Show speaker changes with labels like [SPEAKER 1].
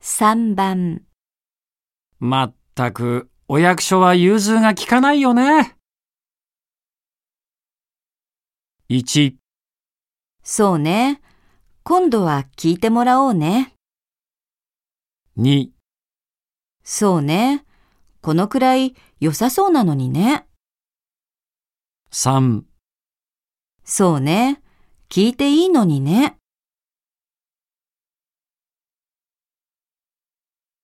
[SPEAKER 1] 3番、
[SPEAKER 2] まったく、お役所は融通が利かないよね。1、
[SPEAKER 1] そうね。今度は聞いてもらおうね。
[SPEAKER 2] 2、
[SPEAKER 1] そうね。このくらい良さそうなのにね。
[SPEAKER 2] 3
[SPEAKER 1] そうね。聞いていいのにね。